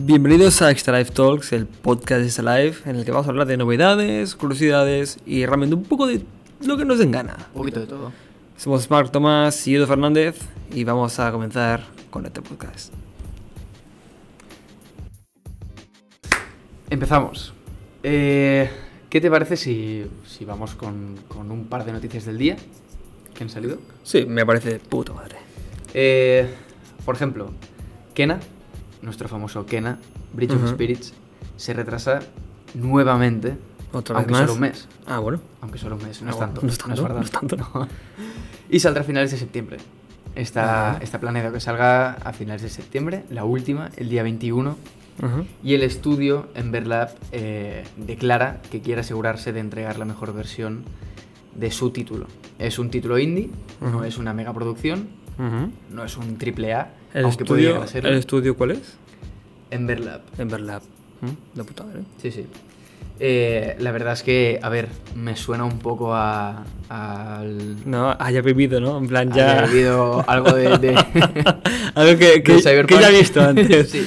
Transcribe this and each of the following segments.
Bienvenidos a Extra Life Talks, el podcast de Extra Life, en el que vamos a hablar de novedades, curiosidades y realmente un poco de lo que nos engana. Un poquito de todo. Somos Marc Tomás y Edu Fernández y vamos a comenzar con este podcast. Empezamos. Eh, ¿Qué te parece si, si vamos con, con un par de noticias del día que han salido? Sí, me parece de puta madre. Eh, por ejemplo, Kena, nuestro famoso Kena, Bridge Ujú. of Spirits, se retrasa nuevamente. ¿Otra aunque vez más? solo un mes. Ah, bueno. Aunque solo un mes, no, Ah, es bueno, tanto, no es tanto, verdad. no es tanto. No. Y saldrá a finales de septiembre. Está, Ah. está planeado que salga a finales de septiembre, la última, el día 21. Ujú. Y el estudio, Ember Lab, eh, declara que quiere asegurarse de entregar la mejor versión de su título. Es un título indie, Ujú. no es una megaproducción, no es un triple A, ¿El, aunque puede estudio, llegar a serlo. ¿El estudio cuál es? Ember Lab. En Berlab. La puta madre. Sí, sí. Eh, la verdad es que, a ver, me suena un poco a, al... No, haya vivido, ¿no? En plan, Ya. ya. algo de, de- Algo que, que, de que Cyberpunk. ya he visto antes. Sí.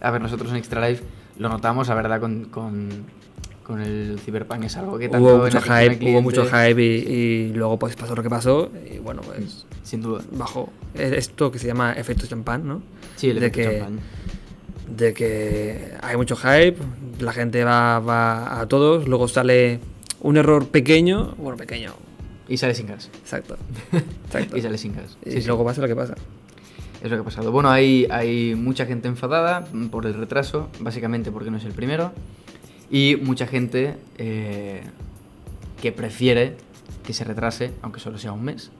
A ver, nosotros en Extra Life lo notamos, la verdad, con, con, con el Cyberpunk es algo que tanto Hubo en mucho atención al hype, hubo cliente, mucho hype y, y luego pues pasó lo que pasó y bueno, pues Sin duda. bajo esto que se llama efecto champán, ¿no? Sí, el de efecto que, champán. de que hay mucho hype, la gente va, va a todos, luego sale un error pequeño, bueno, pequeño, Y sale sin gas. exacto. exacto. Y sale sin gas. Y Sí, sí, luego pasa lo que pasa. Es lo que ha pasado. Bueno, hay, hay mucha gente enfadada mm, por el retraso, básicamente porque no es el primero. Y mucha gente eh, que prefiere que se retrase, aunque solo sea un mes.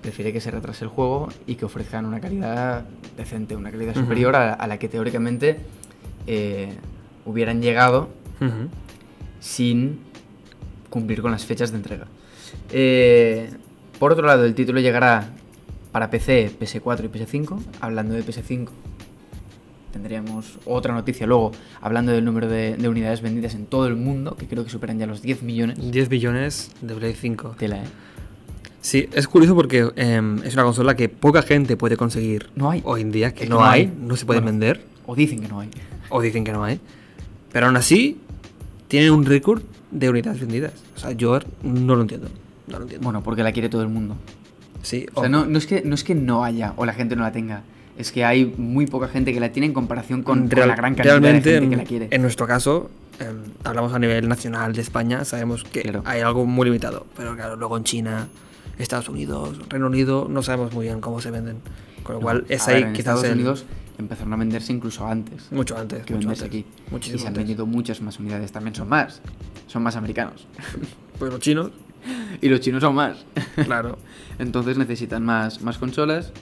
Prefiere que se retrase el juego y que ofrezcan una calidad decente, una calidad Ujú. superior a, a la que teóricamente eh, hubieran llegado Ujú. sin cumplir con las fechas de entrega. Eh, por otro lado, el título llegará para PC, PS4 y PS5. Hablando de PS5, tendríamos otra noticia luego, hablando del número de, de unidades vendidas en todo el mundo, que creo que superan ya los 10 millones. 10 billones de Play 5. Tela, ¿eh? Sí, es curioso porque em, es una consola que poca gente puede conseguir No hay. hoy en día, que Es no, que no hay, hay. no se pueden Bueno. vender. O dicen que no hay. O dicen que no hay. Pero aún así, tienen un récord de unidades vendidas. O sea, yo no lo entiendo. No lo entiendo. Bueno, porque la quiere todo el mundo. sí, O sea, no, no es que, no es que no haya o la gente no la tenga. Es que hay muy poca gente que la tiene en comparación con, con real- la gran cantidad realmente, de gente en, que la quiere. en nuestro caso, em, hablamos a nivel nacional de España, sabemos que Claro. hay algo muy limitado. Pero claro, luego en China, Estados Unidos, Reino Unido, no sabemos muy bien cómo se venden. Con lo No, cual, es a ahí ver, en quizás Estados el- Unidos empezaron a venderse incluso antes mucho antes. que mucho venderse antes, aquí. Muchísimo y se han antes. vendido muchas más unidades. También son más. Son más americanos. Pues los chinos, y los chinos son más. claro. Entonces necesitan más, más consolas.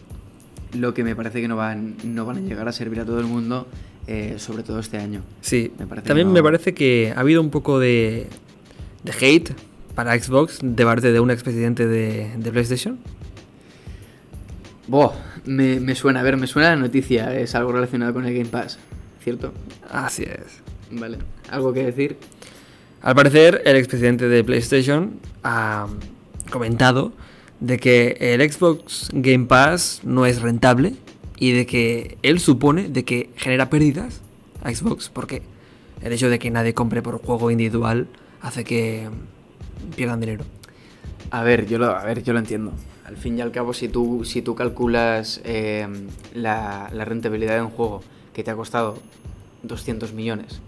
Lo que me parece que no van, no van a llegar a servir a todo el mundo, eh, sobre todo este año. Sí, Me parece que también no- me parece que ha habido un poco de, de hate para Xbox de parte de un expresidente de, de PlayStation. Boh, me, me suena, a ver, me suena la noticia. Es algo relacionado con el Game Pass, ¿cierto? Así es. Vale. ¿Algo que decir? Al parecer, el expresidente de PlayStation ha comentado de que el Xbox Game Pass no es rentable y de que él supone de que genera pérdidas a Xbox porque el hecho de que nadie compre por juego individual hace que pierdan dinero. A ver, yo lo, a ver, yo lo entiendo. Al fin y al cabo, si tú, si tú calculas eh, la, la rentabilidad de un juego que te ha costado 200 millones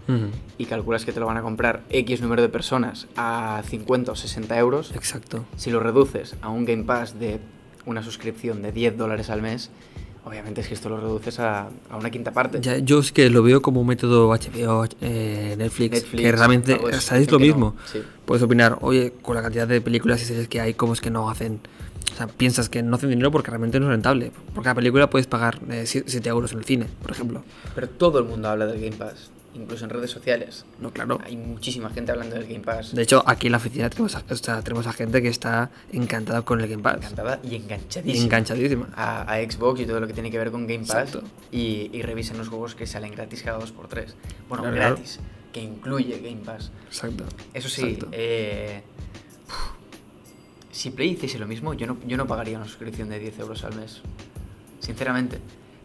y calculas que te lo van a comprar X número de personas a 50 o 60 euros, Exacto. si lo reduces a un Game Pass de una suscripción de 10 dólares al mes, obviamente es que esto lo reduces a, a una quinta parte. Ya, yo es que lo veo como un método HBO, eh, Netflix, Netflix, que realmente algo de o eso, sea, es que lo no, mismo. sí. Puedes opinar, oye, con la cantidad de películas y series que hay, ¿cómo es que no hacen? O sea, piensas que no hacen dinero porque realmente no es rentable. Por cada película puedes pagar 7 euros en el cine, por ejemplo. Pero todo el mundo habla del Game Pass, incluso en redes sociales. No, claro. Hay muchísima gente hablando del Game Pass. De hecho, aquí en la oficina tenemos a, o sea, tenemos a gente que está encantada con el Game Pass. encantada y enganchadísima. Enganchadísima. a, a Xbox y todo lo que tiene que ver con Game Pass Exacto. y, y revisan los juegos que salen gratis cada 2x3. Bueno, Claro, claro. gratis, que incluye Game Pass. Exacto. Eso sí, Exacto. eh, uf, si Play hiciese lo mismo, yo no, yo no pagaría una suscripción de 10 euros al mes, sinceramente.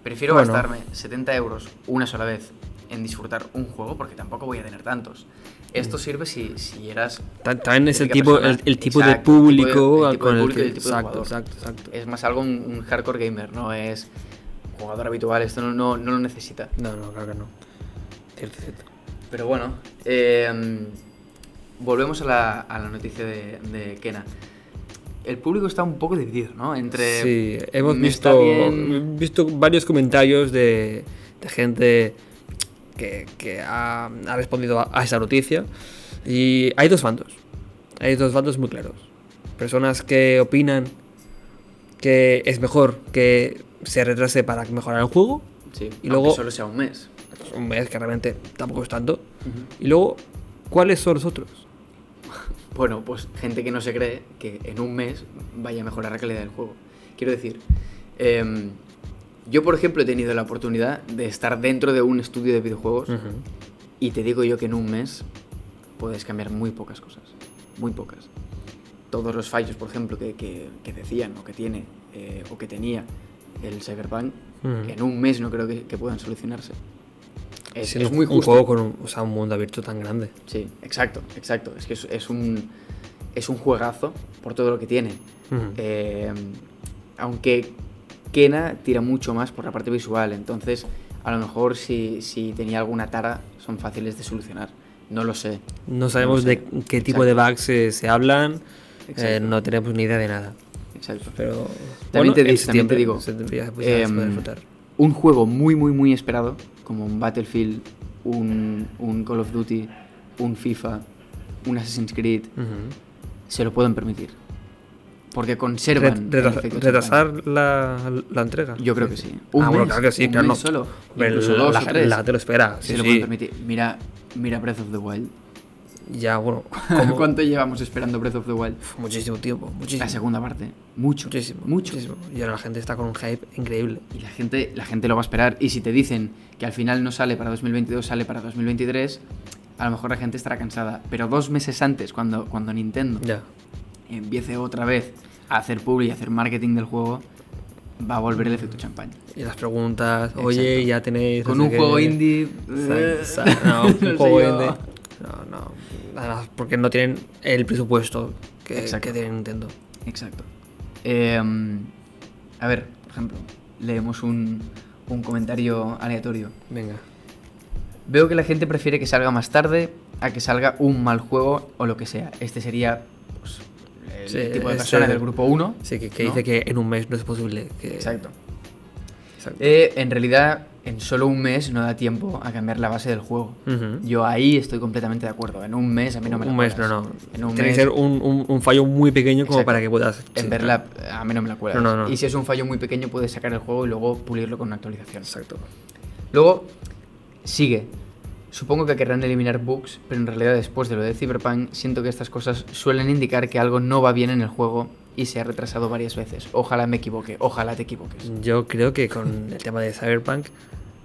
Prefiero Bueno. gastarme 70 euros una sola vez en disfrutar un juego porque tampoco voy a tener tantos. Mm. Esto sirve si, si eras Ta- También es el Típica tipo, persona. el, el tipo de Exacto, el tipo de- público el tipo de con el público y que. el tipo de Exacto, jugador. exacto, exacto. es más algo un, un hardcore gamer, no es jugador habitual, esto no, no, no lo necesita. No, no, claro que no. Cierto, cierto. Pero bueno, eh, volvemos a la, a la noticia de, de Kena. El público está un poco dividido, ¿no? Entre... Sí, hemos me está visto, bien- visto varios comentarios de, de gente que, que ha, ha respondido a, a esa noticia. Y hay dos bandos. Hay dos bandos muy claros. Personas que opinan que es mejor que se retrase para mejorar el juego. Sí, Y y luego- luego... solo sea un mes. Un mes que realmente tampoco es tanto. Y luego, ¿cuáles son los otros? Bueno, pues gente que no se cree que en un mes vaya a mejorar la calidad del juego. Quiero decir, em, yo por ejemplo he tenido la oportunidad de estar dentro de un estudio de videojuegos y te digo yo que en un mes puedes cambiar muy pocas cosas, muy pocas. Todos los fallos, por ejemplo, que, que- que decían o que tiene eh, o que tenía el Cyberpunk, Ujú. en un mes no creo que, que puedan solucionarse. Es, Siendo es muy Un justo. juego con un, o sea, un mundo abierto tan grande. Sí, exacto, exacto. Es que es, es un, es un juegazo por todo lo que tiene. Ujú. Eh, aunque Kena tira mucho más por la parte visual, entonces a lo mejor si, si tenía alguna tara son fáciles de solucionar. No lo sé. No sabemos sé. de qué tipo de bugs se, se hablan, Exacto. eh, no tenemos ni idea de nada. Exacto. Pero También te di- en también te septiembre digo, se tendría- pues, ya se puede em, disfrutar. Un juego muy, muy, muy esperado, como un Battlefield, un, un Call of Duty, un FIFA, un Assassin's Creed, Ujú. se lo pueden permitir. Porque Re- conservan. el retrasa- efecto champán. retrasar la, la entrega. Yo creo que sí. Un Un ah, bueno, mes, claro que sí, un claro. mes no. solo, Pero incluso la, dos la- o tres. la gente lo espera. Se sí, lo sí. pueden permitir. Mira, mira Breath of the Wild. Ya, bueno, como- ¿Cuánto llevamos esperando Breath of the Wild? muchísimo tiempo. Muchísimo. La segunda parte. Mucho. Muchísimo. mucho. muchísimo. Y ahora la gente está con un hype increíble. Y la gente, la gente lo va a esperar. Y si te dicen que al final no sale para 2022, sale para 2023, a lo mejor la gente estará cansada. Pero dos meses antes, cuando, cuando Nintendo Ya. empiece otra vez a hacer publi y a hacer marketing del juego, va a volver el efecto champaña. Y las preguntas, oye, Exacto. ya tenéis. no Con sé un qué". juego indie. eh, Sa- sa- No, un no sé juego yo. indie. No, no. Además, porque no tienen el presupuesto que, Exacto. que tiene Nintendo. Exacto. Eh, a ver, por ejemplo, leemos un, un comentario aleatorio. Venga. Veo que la gente prefiere que salga más tarde a que salga un mal juego o lo que sea. Este sería pues, el Sí, tipo de este- persona del grupo 1. Sí, que, que ¿no? dice que en un mes no es posible. Que... Exacto. Exacto. Eh, en realidad, en solo un mes no da tiempo a cambiar la base del juego. Ujú. Yo ahí estoy completamente de acuerdo. En un mes a mí no me la Mm. un mes, no, cuelas. no. En un Tiene mes, que ser un, un- un fallo muy pequeño como Exacto. para que puedas. en sí, verla, a mí no me la cuelas. No, no, no. Y si es un fallo muy pequeño, puedes sacar el juego y luego pulirlo con una actualización. Exacto. Luego, sigue. Supongo que querrán eliminar bugs, pero en realidad después de lo de Cyberpunk, siento que estas cosas suelen indicar que algo no va bien en el juego y se ha retrasado varias veces. Ojalá me equivoque, ojalá te equivoques. Yo creo que con el tema de Cyberpunk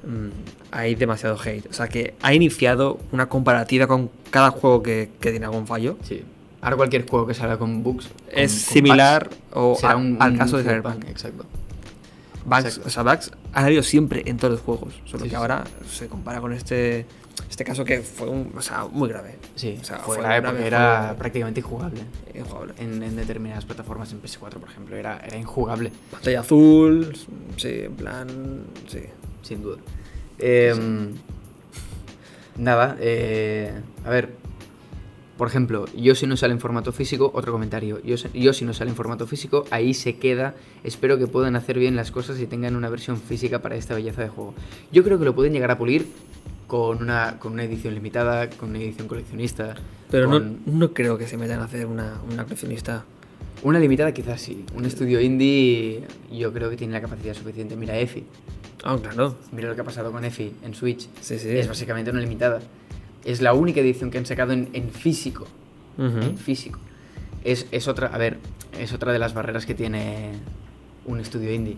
mm, hay demasiado hate. O sea, que ha iniciado una comparativa con cada juego que, que tiene algún fallo. Sí. Ahora cualquier juego que salga con bugs... con- Es con similar bugs, o será a- un- al un caso de Cyberpunk. Cyberpunk, Exacto. Bugs, Exacto. o sea, bugs han habido siempre en todos los juegos, solo Sí, que sí, ahora se compara con este, este caso que fue un, o sea, muy grave. Sí, O sea, fue fue grave grave, porque era Eh. fue- prácticamente injugable. Injugable. En, en determinadas plataformas, en PS4 por ejemplo, era, era injugable. Pantalla azul, sí, en plan, sí. sin duda. Em, Nada, eh, a ver. Por ejemplo, yo si no sale en formato físico, otro comentario. Yo, si- yo si no sale en formato físico, ahí se queda. Espero que puedan hacer bien las cosas y tengan una versión física para esta belleza de juego. Yo creo que lo pueden llegar a pulir con una, con una edición limitada, con una edición coleccionista. Pero no, con- no creo que se metan a hacer una, una coleccionista. Una limitada quizás sí. Un estudio indie yo creo que tiene la capacidad suficiente. Mira EFI. Ah, claro. Mira lo que ha pasado con EFI en Switch. Sí, sí. Es básicamente una limitada. Es la única edición que han sacado en, en físico. Ujú. En físico. Es, es otra, a ver, es otra de las barreras que tiene un estudio indie.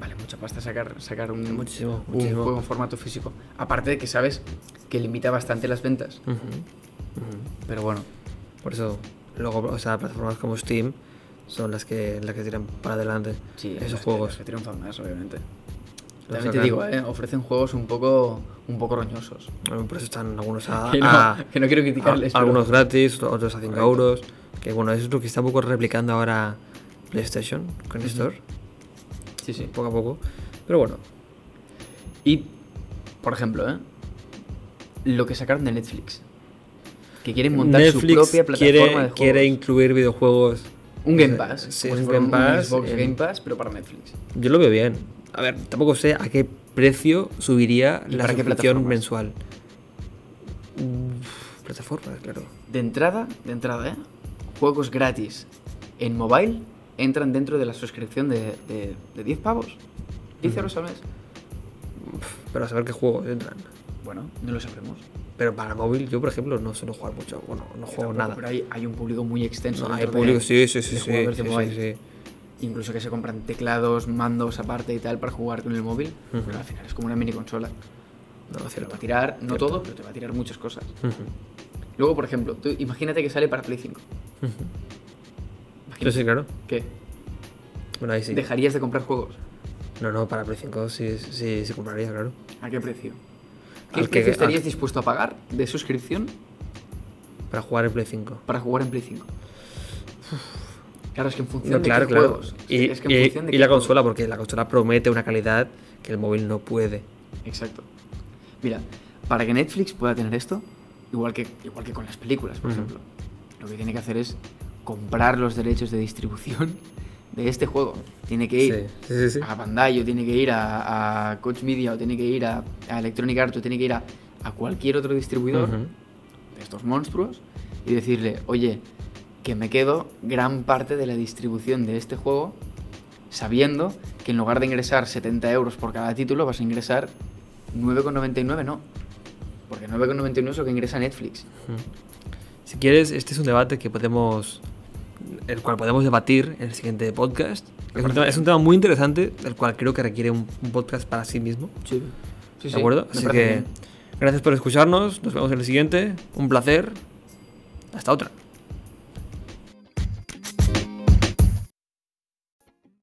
Vale, mucha pasta sacar, sacar un, Muchísimo, un muchísimo. juego en formato físico. Aparte de que sabes que limita bastante las ventas. Ujú. Ujú. Pero bueno, Por eso, luego, o sea, plataformas como Steam son las que, las que tiran para adelante sí, esos las que- juegos. las que triunfan más, obviamente. También te sacan. digo, ¿eh? ofrecen juegos un poco, un poco roñosos. Bueno, por eso están algunos a, Que no, a- que no quiero a- criticarles. pero- Ah, algunos gratis, otros a 5 Correcto. euros. Que bueno, eso es lo que está un poco replicando ahora PlayStation con Ujú. Store, Sí, sí. poco a poco. Pero bueno, Y, por ejemplo, ¿eh? lo que sacaron de Netflix. Que quieren montar su Netflix propia plataforma quiere, de juegos. quiere incluir videojuegos. un O sea, Game Pass. sí, como si un fuera Game Pass. Xbox en- Game Pass, pero para Netflix. Yo lo veo bien. A ver, tampoco sé a qué precio subiría ¿Y la para qué suscripción plataformas? mensual. Mm, Plataformas, claro. De entrada, de entrada, ¿eh? Juegos gratis en mobile entran dentro de la suscripción de, de, de 10 pavos. 10 euros al mes. Pero a saber qué juegos entran. Bueno, no lo sabremos. Pero para móvil, yo por ejemplo, no suelo jugar mucho. Bueno, no juego Tampoco, nada. Pero hay, hay un público muy extenso. No, hay dentro de- público, sí, sí, sí, sí, de jugadores de sí, sí, mobile. sí. Incluso que se compran teclados, mandos aparte y tal para jugar con el móvil. Ujú. Pero al final es como una mini consola. No, es Te lo va cierto. a tirar, no Cierto. todo, pero te va a tirar muchas cosas. Ujú, Luego, por ejemplo, tú imagínate que sale para Play 5. ujú. Sí, Imagínate. sí, claro. ¿Qué? Bueno, ahí sí. ¿Dejarías de comprar juegos? No, no, para Play 5 sí, sí, sí compraría, claro. ¿A qué precio? ¿Qué Al que- precio estarías al- dispuesto a pagar de suscripción Para jugar en Play 5. para jugar en Play 5? Claro, es que en función No, de claro, qué claro. juegos. Y, es que en y- función de y qué la juegos. consola, porque la consola promete una calidad que el móvil no puede. Exacto. Mira, para que Netflix pueda tener esto, igual que, igual que con las películas, por Ujú. ejemplo, lo que tiene que hacer es comprar los derechos de distribución de este juego. Tiene que ir Sí, sí, sí. sí. a Bandai, o tiene que ir a, a Coach Media, o tiene que ir a, a Electronic Arts, o tiene que ir a, a cualquier otro distribuidor Ujú. de estos monstruos y decirle, oye, que me quedo gran parte de la distribución de este juego sabiendo que en lugar de ingresar 70 euros por cada título vas a ingresar 9,99, no. Porque 9,99 es lo que ingresa Netflix. Ujú. Si quieres, este es un debate que podemos. el cual podemos debatir en el siguiente podcast. Es un, tema, es un tema muy interesante, el cual creo que requiere un, un podcast para sí mismo. Sí. sí, ¿De acuerdo? me Así parece que bien. gracias por escucharnos. Nos vemos en el siguiente. Un placer. Hasta otra.